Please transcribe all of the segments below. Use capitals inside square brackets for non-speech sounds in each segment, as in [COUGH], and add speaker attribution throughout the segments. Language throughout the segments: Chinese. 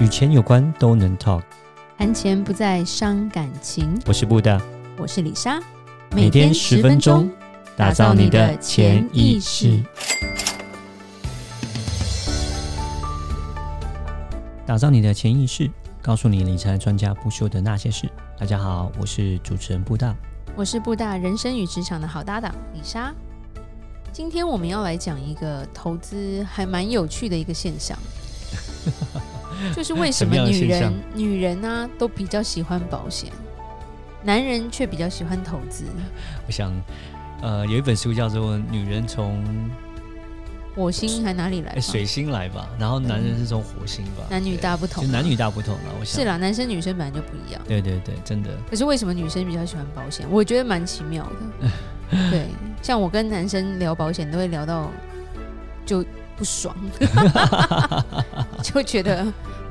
Speaker 1: 与钱有关都能 talk。
Speaker 2: 谈钱不再伤感情。
Speaker 1: 我是布大，
Speaker 2: 我是李莎，
Speaker 1: 每天十分钟，打造你的潜意识，打造你的潜意识，告诉你理财专家不说的那些事。大家好，我是主持人布大。
Speaker 2: 我是布大人生与职场的好搭档李莎。今天我们要来讲一个投资还蛮有趣的一个现
Speaker 1: [LAUGHS]
Speaker 2: 象，就是为什
Speaker 1: 什
Speaker 2: 么
Speaker 1: 么样的
Speaker 2: 女
Speaker 1: 现象
Speaker 2: 人女人呢、都比较喜欢保险，男人却比较喜欢投资。
Speaker 1: 我想，呃，有一本书叫做《女人从
Speaker 2: 我心还哪里来
Speaker 1: 哎、
Speaker 2: 放？
Speaker 1: 水星来吧》，然后男人是从火星吧，
Speaker 2: 男女大不同啊
Speaker 1: 就男女大不同啊了。我想
Speaker 2: 是，啦，男生女生本来就不一样。
Speaker 1: 对对对，真的，
Speaker 2: 可是为什么女生比较喜欢保险？我觉得蛮奇妙
Speaker 1: [LAUGHS]
Speaker 2: 的。对，像我跟男生聊保险，都会聊到就
Speaker 1: [LAUGHS]
Speaker 2: 不爽， [LAUGHS] 就觉得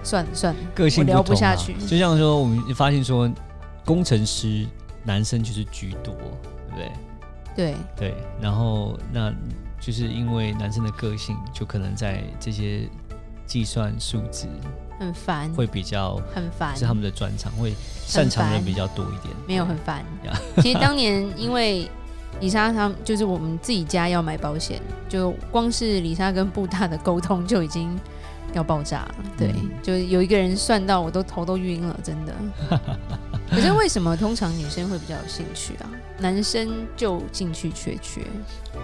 Speaker 2: 算了算了，
Speaker 1: 个性
Speaker 2: 我聊不
Speaker 1: 同
Speaker 2: 下
Speaker 1: 啊
Speaker 2: 去
Speaker 1: 就像说，我们发现说，工程师男生就是居多，对不对？
Speaker 2: 对，
Speaker 1: 对，然后那就是因为男生的个性，就可能在这些计算数值
Speaker 2: 很烦，
Speaker 1: 会比较
Speaker 2: 很烦
Speaker 1: 是，他们的专长，会擅长的
Speaker 2: 很烦
Speaker 1: 比较多一点。
Speaker 2: 没有很烦
Speaker 1: [LAUGHS] 呀。
Speaker 2: 其实当年因为李莎他们就是我们自己家要买保险，就光是李莎跟布大的沟通就已经要爆炸了。对，
Speaker 1: 嗯
Speaker 2: 就有一个人算到我都头都晕了，真
Speaker 1: [LAUGHS]
Speaker 2: 的。可是为什么通常女生会比较有兴趣啊？男生就兴趣缺缺。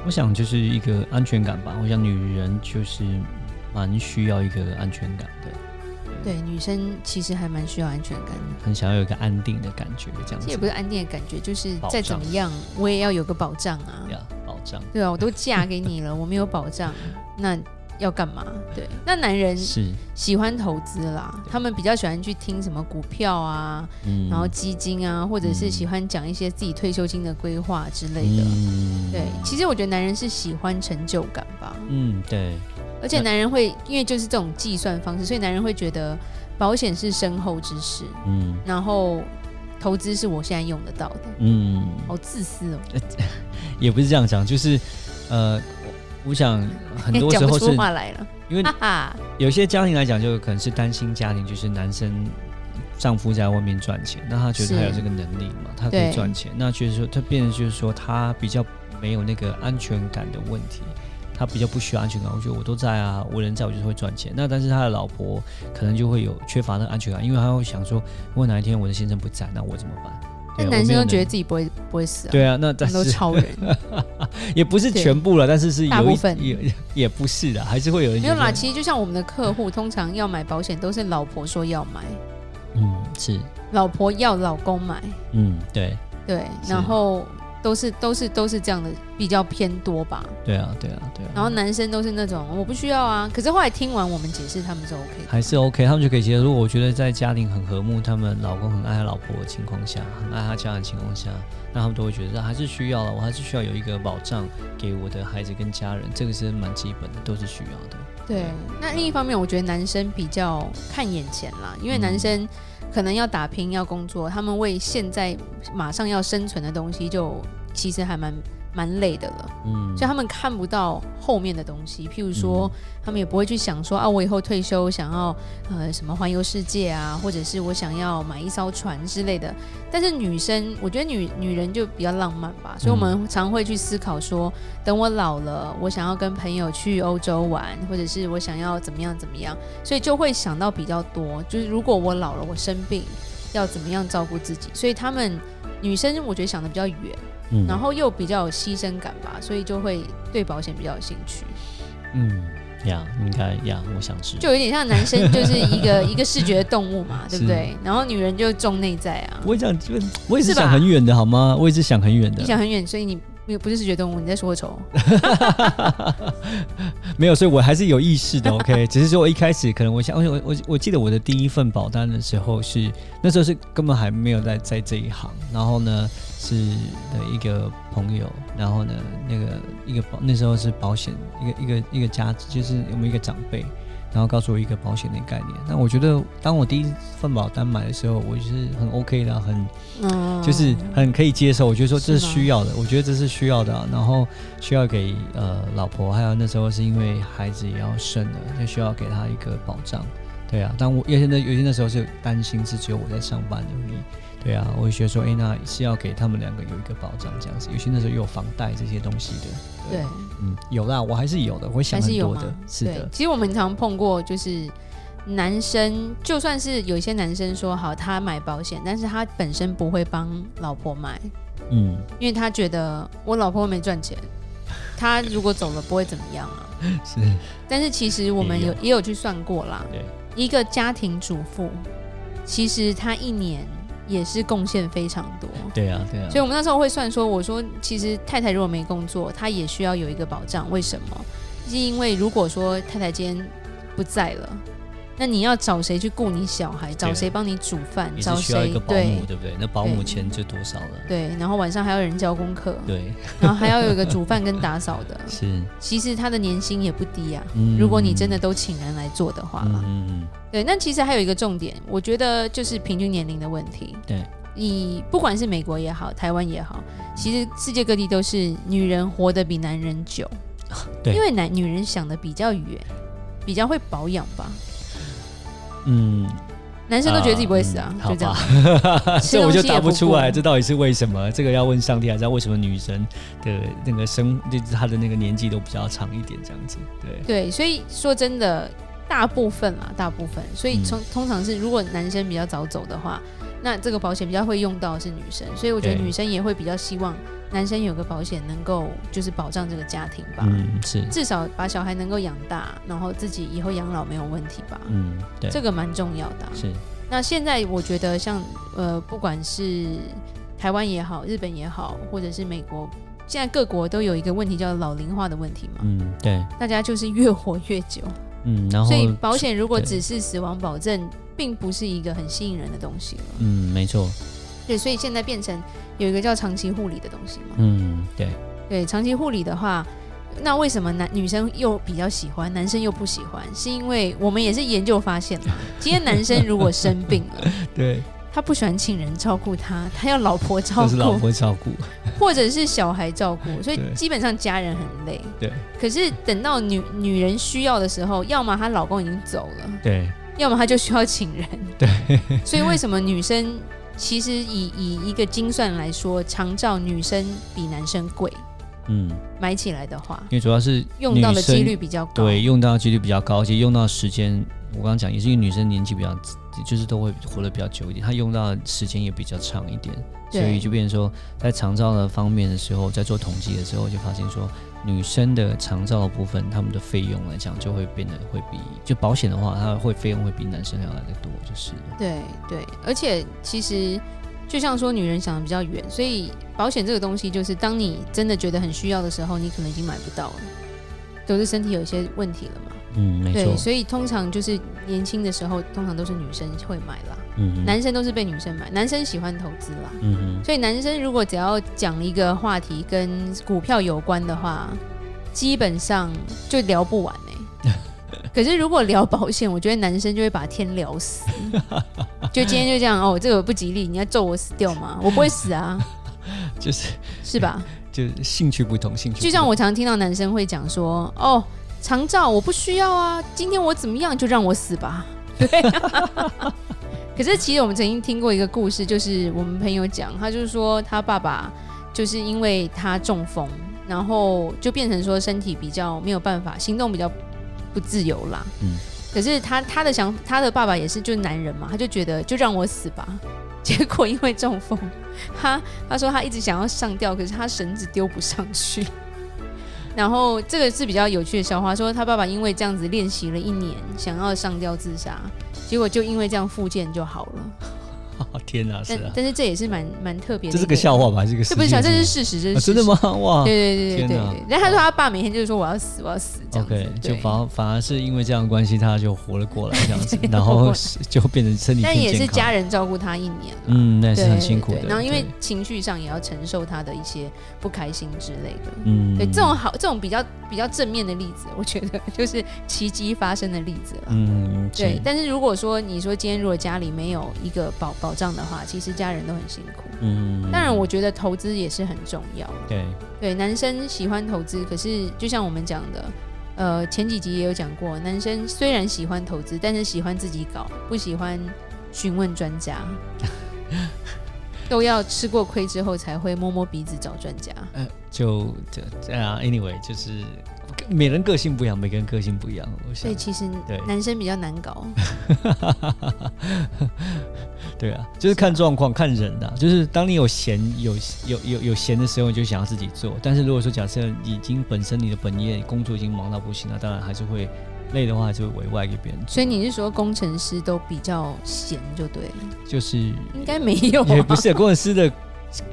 Speaker 1: 我想就是一个安全感吧。我想女人就是蛮需要一个安全感的，
Speaker 2: 对，女生其实还蛮需要安全感的，
Speaker 1: 很想要有一个安定的感觉，这样
Speaker 2: 这也
Speaker 1: 子
Speaker 2: 不是安定的感觉，就是
Speaker 1: 保
Speaker 2: 再
Speaker 1: 障
Speaker 2: 怎么样我也要有个保障啊。
Speaker 1: 呀，保障
Speaker 2: 对啊，我都嫁给你了，我没有保障，那要干嘛？对，那男人
Speaker 1: 是
Speaker 2: 喜欢投资啦，他们比较喜欢去听什么股票啊，
Speaker 1: 嗯
Speaker 2: 然后基金啊，或者是喜欢讲一些自己退休金的规划之类的。
Speaker 1: 嗯
Speaker 2: 对，其实我觉得男人是喜欢成就感吧，
Speaker 1: 嗯，对，
Speaker 2: 而且
Speaker 1: 那
Speaker 2: 男人会因为就是这种计算方式，所以男人会觉得保险是身后之事，
Speaker 1: 嗯
Speaker 2: 然后投资是我现在用得到的。
Speaker 1: 嗯，
Speaker 2: 好自私哦，
Speaker 1: 也不是这样讲，就是呃，我我想很多
Speaker 2: [LAUGHS] 哎讲
Speaker 1: 时
Speaker 2: 不
Speaker 1: 候是
Speaker 2: 出话来了，
Speaker 1: 因为
Speaker 2: 哈哈，
Speaker 1: 有些家庭来讲，就可能是单亲家庭，就是男生丈呃夫在外面赚钱，那他觉得他
Speaker 2: 是
Speaker 1: 有这个能力嘛，他可以
Speaker 2: 对
Speaker 1: 赚钱，那就是说他变成就是说他比较没有那个安全感的问题。他比较不需要安全感，我觉得我都在啊，我人在我就是会赚钱。那但是他的老婆可能就会有缺乏那个安全感，因为他会想说，如果哪一天我的先生不在，那我怎么办？对
Speaker 2: 那
Speaker 1: 啊
Speaker 2: 男生都觉得
Speaker 1: 我
Speaker 2: 自己不会不会死啊，
Speaker 1: 没有能对啊，那但
Speaker 2: 他们都
Speaker 1: 是
Speaker 2: 超人，
Speaker 1: [LAUGHS] 也不是
Speaker 2: 对
Speaker 1: 全部了，但是是
Speaker 2: 大
Speaker 1: 有一
Speaker 2: 部分
Speaker 1: 也也不是的，还是会有人
Speaker 2: 没有
Speaker 1: 觉
Speaker 2: 啦，
Speaker 1: 得
Speaker 2: 其实就像我们的客户，通常要买保险都是老婆说要买，
Speaker 1: 嗯是
Speaker 2: 老婆要老公买，
Speaker 1: 嗯对
Speaker 2: 对，
Speaker 1: 是
Speaker 2: 然后都是都是都是这样的，比较偏多吧。
Speaker 1: 对啊对啊对啊，
Speaker 2: 然后男生都是那种我不需要啊，可是后来听完我们解释，他们是 OK 的。
Speaker 1: 还是 OK，他们就可以接受。如果我觉得在家庭很和睦，他们老公很爱他老婆的情况下，很爱他家的情况下，那他们都会觉得还是需要了，我还是需要有一个保障给我的孩子跟家人，这个是蛮基本的，都是需要的。
Speaker 2: 对，那另一方面，我觉得男生比较看眼前啦，因为男生可能要打拼要工作，他们为现在马上要生存的东西就其实还蛮蛮累的了。
Speaker 1: 嗯
Speaker 2: 所以他们看不到后面的东西，譬如说，他们也不会去想说啊，我以后退休想要呃什么环游世界啊，或者是我想要买一艘船之类的。但是女生，我觉得女女人就比较浪漫吧，所以我们常会去思考说，等我老了，我想要跟朋友去欧洲玩，或者是我想要怎么样怎么样，所以就会想到比较多，就是如果我老了，我生病要怎么样照顾自己，所以他们女生我觉得想的比较远。
Speaker 1: 嗯
Speaker 2: 然后又比较有牺牲感吧，所以就会对保险比较有兴趣，
Speaker 1: 嗯呀，应该呀，我想知道。
Speaker 2: 就有点像男生就是
Speaker 1: [LAUGHS]
Speaker 2: 一个一个视觉动物嘛，对不对？然后女人就重内在啊，
Speaker 1: 我也想，我也是
Speaker 2: 是吧
Speaker 1: 想很远的好吗？我也是想很远的
Speaker 2: 你，想很远，所以你没有不是视觉动物，你在说我丑，
Speaker 1: [LAUGHS] 没有，所以我还是有意识的。OK，只是 [LAUGHS] 说我一开始可能我想，我我我记得我的第一份保单的时候是那时候是根本还没有在在这一行，然后呢是的一个朋友，然后呢那个一个保那时候是保险一个一个一个家就是我们一个长辈，然后告诉我一个保险的概念。那我觉得当我第一份保单买的时候，我就是很 OK 的啊，很
Speaker 2: 嗯，
Speaker 1: [LAUGHS] 就是很可以接受。我觉得说这是
Speaker 2: 是吗
Speaker 1: 需要的，我觉得这是需要的啊、然后需要给呃老婆，还有那时候是因为孩子也要生了，就需要给他一个保障。对啊，但我尤其那尤其那时候是担心是只有我在上班而已。对啊，我就觉得说，哎、那是要给他们两个有一个保障这样子。尤其那时候又有房贷这些东西的，
Speaker 2: 对，
Speaker 1: 嗯，有啦，我还是有的，我会想
Speaker 2: 还是
Speaker 1: 很
Speaker 2: 有
Speaker 1: 多
Speaker 2: 嘛
Speaker 1: 的，。是
Speaker 2: 对
Speaker 1: 的，，
Speaker 2: 其实我们常碰过，就是男生，就算是有一些男生说好他买保险，但是他本身不会帮老婆买，
Speaker 1: 嗯，
Speaker 2: 因为他觉得我老婆没赚钱，他如果走了不会怎么样啊。
Speaker 1: 是，
Speaker 2: 但是其实我们有也有去算过啦，
Speaker 1: 对，
Speaker 2: 一个家庭主妇，其实她一年也是贡献非常多。
Speaker 1: 对啊，对啊，
Speaker 2: 所以我们那时候会算说，我说其实太太如果没工作，她也需要有一个保障。为什么？是因为如果说太太今天不在了，那你要找谁去顾你小孩？找谁帮你煮饭？
Speaker 1: 也
Speaker 2: 找
Speaker 1: 是需要一
Speaker 2: 谁
Speaker 1: 个？保
Speaker 2: 对
Speaker 1: 姆，对不对？那保
Speaker 2: 对
Speaker 1: 姆钱就多少了？
Speaker 2: 对，然后晚上还有人教功课，
Speaker 1: 对，
Speaker 2: 然后还要有一个煮饭跟打扫的。
Speaker 1: 是。
Speaker 2: 其实她的年薪也不低啊。
Speaker 1: 嗯
Speaker 2: 如果你真的都请人来做的话，
Speaker 1: 嗯嗯
Speaker 2: 对，那其实还有一个重点，我觉得就是平均年龄的问题。
Speaker 1: 对，
Speaker 2: 以不管是美国也好，台湾也好，其实世界各地都是女人活得比男人久，
Speaker 1: 啊对
Speaker 2: 因为男女人想的比较远，比较会保养吧。
Speaker 1: 嗯，嗯
Speaker 2: 男生都觉得自己不会死啊，
Speaker 1: 嗯
Speaker 2: 就这样。
Speaker 1: 好
Speaker 2: [LAUGHS]
Speaker 1: 吧，
Speaker 2: 吃
Speaker 1: 这我
Speaker 2: 东西
Speaker 1: 就
Speaker 2: 也
Speaker 1: 答不
Speaker 2: 不
Speaker 1: 出来，
Speaker 2: 顾
Speaker 1: 这到底是为什么？这个要问上帝，还是要为什么女生的那个生，就是她的那个年纪都比较长一点这样子？对，
Speaker 2: 对，所以说真的，大部分啦，大部分，所以
Speaker 1: 嗯
Speaker 2: 通、通常是如果男生比较早走的话，那这个保险比较会用到的是女生，所以我觉得
Speaker 1: 对
Speaker 2: 女生也会比较希望男生有个保险能够就是保障这个家庭吧。
Speaker 1: 嗯，是，
Speaker 2: 至少把小孩能够养大，然后自己以后养老没有问题吧，
Speaker 1: 嗯，对，
Speaker 2: 这个蛮重要的啊、
Speaker 1: 是，
Speaker 2: 那现在我觉得像呃，不管是台湾也好，日本也好，或者是美国，现在各国都有一个问题叫老龄化的问题嘛，
Speaker 1: 嗯，对，
Speaker 2: 大家就是越活越久，
Speaker 1: 嗯， [LAUGHS] 然后
Speaker 2: 所以保险如果
Speaker 1: 对
Speaker 2: 只是死亡保证，并不是一个很吸引人的东西了。
Speaker 1: 嗯，没错，
Speaker 2: 对，所以现在变成有一个叫长期护理的东西嘛。
Speaker 1: 嗯，对，
Speaker 2: 对，长期护理的话，那为什么男女生又比较喜欢，男生又不喜欢？是因为我们也是研究发现嘛，今天男生如果生病
Speaker 1: [LAUGHS]
Speaker 2: 了，
Speaker 1: 对，
Speaker 2: 他不喜欢请人照顾他，他要老婆照
Speaker 1: 都是老
Speaker 2: 顾，
Speaker 1: 婆照顾，
Speaker 2: 或者是小孩照顾，所以
Speaker 1: 对
Speaker 2: 基本上家人很累。
Speaker 1: 对，
Speaker 2: 可是等到女女人需要的时候，要么她老公已经走了，
Speaker 1: 对，
Speaker 2: 要么她就需要请人。对，所以为什么女生其实以以一个精算来说，长照女生比男生贵，
Speaker 1: 嗯，
Speaker 2: 买起来的话，
Speaker 1: 因为主要是
Speaker 2: 用到
Speaker 1: 女
Speaker 2: 的几
Speaker 1: 生
Speaker 2: 率比较高。
Speaker 1: 对，用到的几率比较高，而且用到的时间，我刚刚讲也是因为女生年纪比较，就是都会活得比较久一点，她用到的时间也比较长一点，所
Speaker 2: 对
Speaker 1: 以就变成说，在长照的方面的时候，在做统计的时候，就发现说，女生的长照的部分，她们的费用来讲，就会变得会比就保险的话，它会费用会比男生要来的多，就是了
Speaker 2: 对对而且其实就像说，女人想的比较远，所以保险这个东西，就是当你真的觉得很需要的时候，你可能已经买不到了，都是身体有一些问题了嘛。
Speaker 1: 嗯，没
Speaker 2: 对，
Speaker 1: 错，
Speaker 2: 所以通常就是年轻的时候，通常都是女生会买啦，
Speaker 1: 嗯哼，
Speaker 2: 男生都是被女生买，男生喜欢投资啦。
Speaker 1: 嗯哼，
Speaker 2: 所以男生如果只要讲一个话题跟股票有关的话，基本上就聊不完哎、可是如果聊保险，我觉得男生就会把天聊死，就今天就这样哦，这个不吉利，你要咒我死掉吗？我不会死啊，
Speaker 1: 就是
Speaker 2: 是吧？
Speaker 1: 就是兴趣不同，兴趣
Speaker 2: 就像我常听到男生会讲说，哦，长照我不需要啊，今天我怎么样就让我死吧。对、可是其实我们曾经听过一个故事，就是我们朋友讲，他就是说他爸爸就是因为他中风，然后就变成说身体比较没有办法，行动比较不自由啦。
Speaker 1: 嗯
Speaker 2: 可是他他的想他的爸爸也是就是男人嘛，他就觉得就让我死吧。 [LAUGHS] 结果因为中风，他他说他一直想要上吊，可是他绳子丢不上去。然后这个是比较有趣的笑话，说他爸爸因为这样子练习了一年，想要上吊自杀，结果就因为这样复健就好了。
Speaker 1: 我天哪，是
Speaker 2: 但
Speaker 1: 啊，
Speaker 2: 但是这也是蛮蛮特别的，
Speaker 1: 这是个笑，话吧？还是个
Speaker 2: 这不是
Speaker 1: 实
Speaker 2: 笑
Speaker 1: 验
Speaker 2: 话，这
Speaker 1: 吗
Speaker 2: 是事实，这是
Speaker 1: 啊
Speaker 2: 事实
Speaker 1: 真的？吗？哇，
Speaker 2: 对对对对对
Speaker 1: 天哪
Speaker 2: 对。但他说他爸每天就是说我要死，我要死这样子
Speaker 1: OK，就
Speaker 2: 对
Speaker 1: 反而反而是因为这样的关系，他就活了过来，这样子
Speaker 2: [LAUGHS] 对，
Speaker 1: 然
Speaker 2: 活
Speaker 1: 后
Speaker 2: 过
Speaker 1: 是就变成身体
Speaker 2: 但
Speaker 1: 更
Speaker 2: 也是
Speaker 1: 健
Speaker 2: 家
Speaker 1: 康。
Speaker 2: 人照顾他一年了。
Speaker 1: 嗯，那也
Speaker 2: 对，
Speaker 1: 是很辛苦
Speaker 2: 对
Speaker 1: 的。
Speaker 2: 然后因为
Speaker 1: 对
Speaker 2: 情绪上也要承受他的一些不开心之类的。
Speaker 1: 嗯，
Speaker 2: 对，这种好，这种比较比较正面的例子，我觉得就是奇迹发生的例子了。
Speaker 1: 嗯，是
Speaker 2: 对，但是如果说你说今天如果家里没有一个保保障的话，其实家人都很辛苦。
Speaker 1: 嗯，
Speaker 2: 当然，我觉得投资也是很重要。
Speaker 1: 对
Speaker 2: 对，男生喜欢投资，可是就像我们讲的，呃，前几集也有讲过，男生虽然喜欢投资，但是喜欢自己搞，不喜欢询问专家，
Speaker 1: [LAUGHS]
Speaker 2: 都要吃过亏之后才会摸摸鼻子找专家。
Speaker 1: 呃，就这这样，anyway，就是每人个性不一样，每个人个性不一样，我
Speaker 2: 所
Speaker 1: 想
Speaker 2: 以，其实
Speaker 1: 对
Speaker 2: 男生比较难搞，
Speaker 1: [LAUGHS] 对啊，就是看状况，看人的、就是当你有闲有有有有闲的时候，你就想要自己做。但是如果说假设已经本身你的本业工作已经忙到不行了，当然还是会累的话，还是会委外给别人做。
Speaker 2: 所以你是说工程师都比较闲就对了，
Speaker 1: 就是
Speaker 2: [LAUGHS] 应该没有、
Speaker 1: 也
Speaker 2: 啊，
Speaker 1: 不是工程师的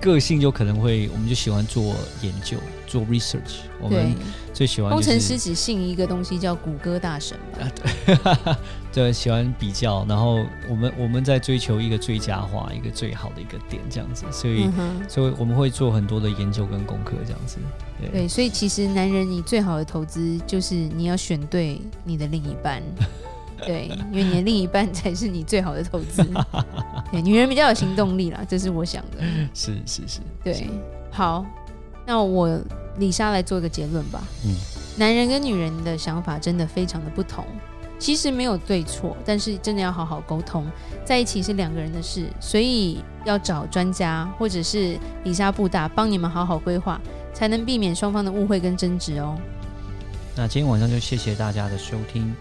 Speaker 1: 个性，就可能会我们就喜欢做研究，做 research。我
Speaker 2: 对
Speaker 1: 们，最喜欢、就
Speaker 2: 工
Speaker 1: 是、啊
Speaker 2: 程师只信一个东西叫谷歌大神吧。
Speaker 1: [LAUGHS] 对，喜欢比较，然后我们我们在追求一个最佳化，一个最好的一个点，这样子，所以、
Speaker 2: 嗯哼，
Speaker 1: 所以我们会做很多的研究跟功课，这样子。对，
Speaker 2: 对，所以其实男人你最好的投资就是你要选对你的另一半，对，因为你的另一半才是你最好的
Speaker 1: [LAUGHS]
Speaker 2: 投资。对，女人比较有行动力啦，这是我想的。
Speaker 1: 是是是，
Speaker 2: 对，好，那我李莎来做个结论吧。
Speaker 1: 嗯，
Speaker 2: 男人跟女人的想法真的非常的不同，其实没有对错，但是真的要好好沟通，在一起是两个人的事，所以要找专家或者是李莎布达帮你们好好规划，才能避免双方的误会跟争执哦。
Speaker 1: 那今天晚上就谢谢大家的收听，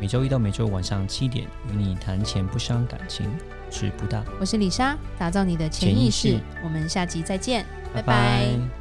Speaker 1: 每周一到每周五晚上七点，与你谈钱不伤感情，是不大，
Speaker 2: 我是李莎，打造你的潜
Speaker 1: 潜
Speaker 2: 意
Speaker 1: 意
Speaker 2: 识，
Speaker 1: 识
Speaker 2: 我们下集再见，拜拜
Speaker 1: 拜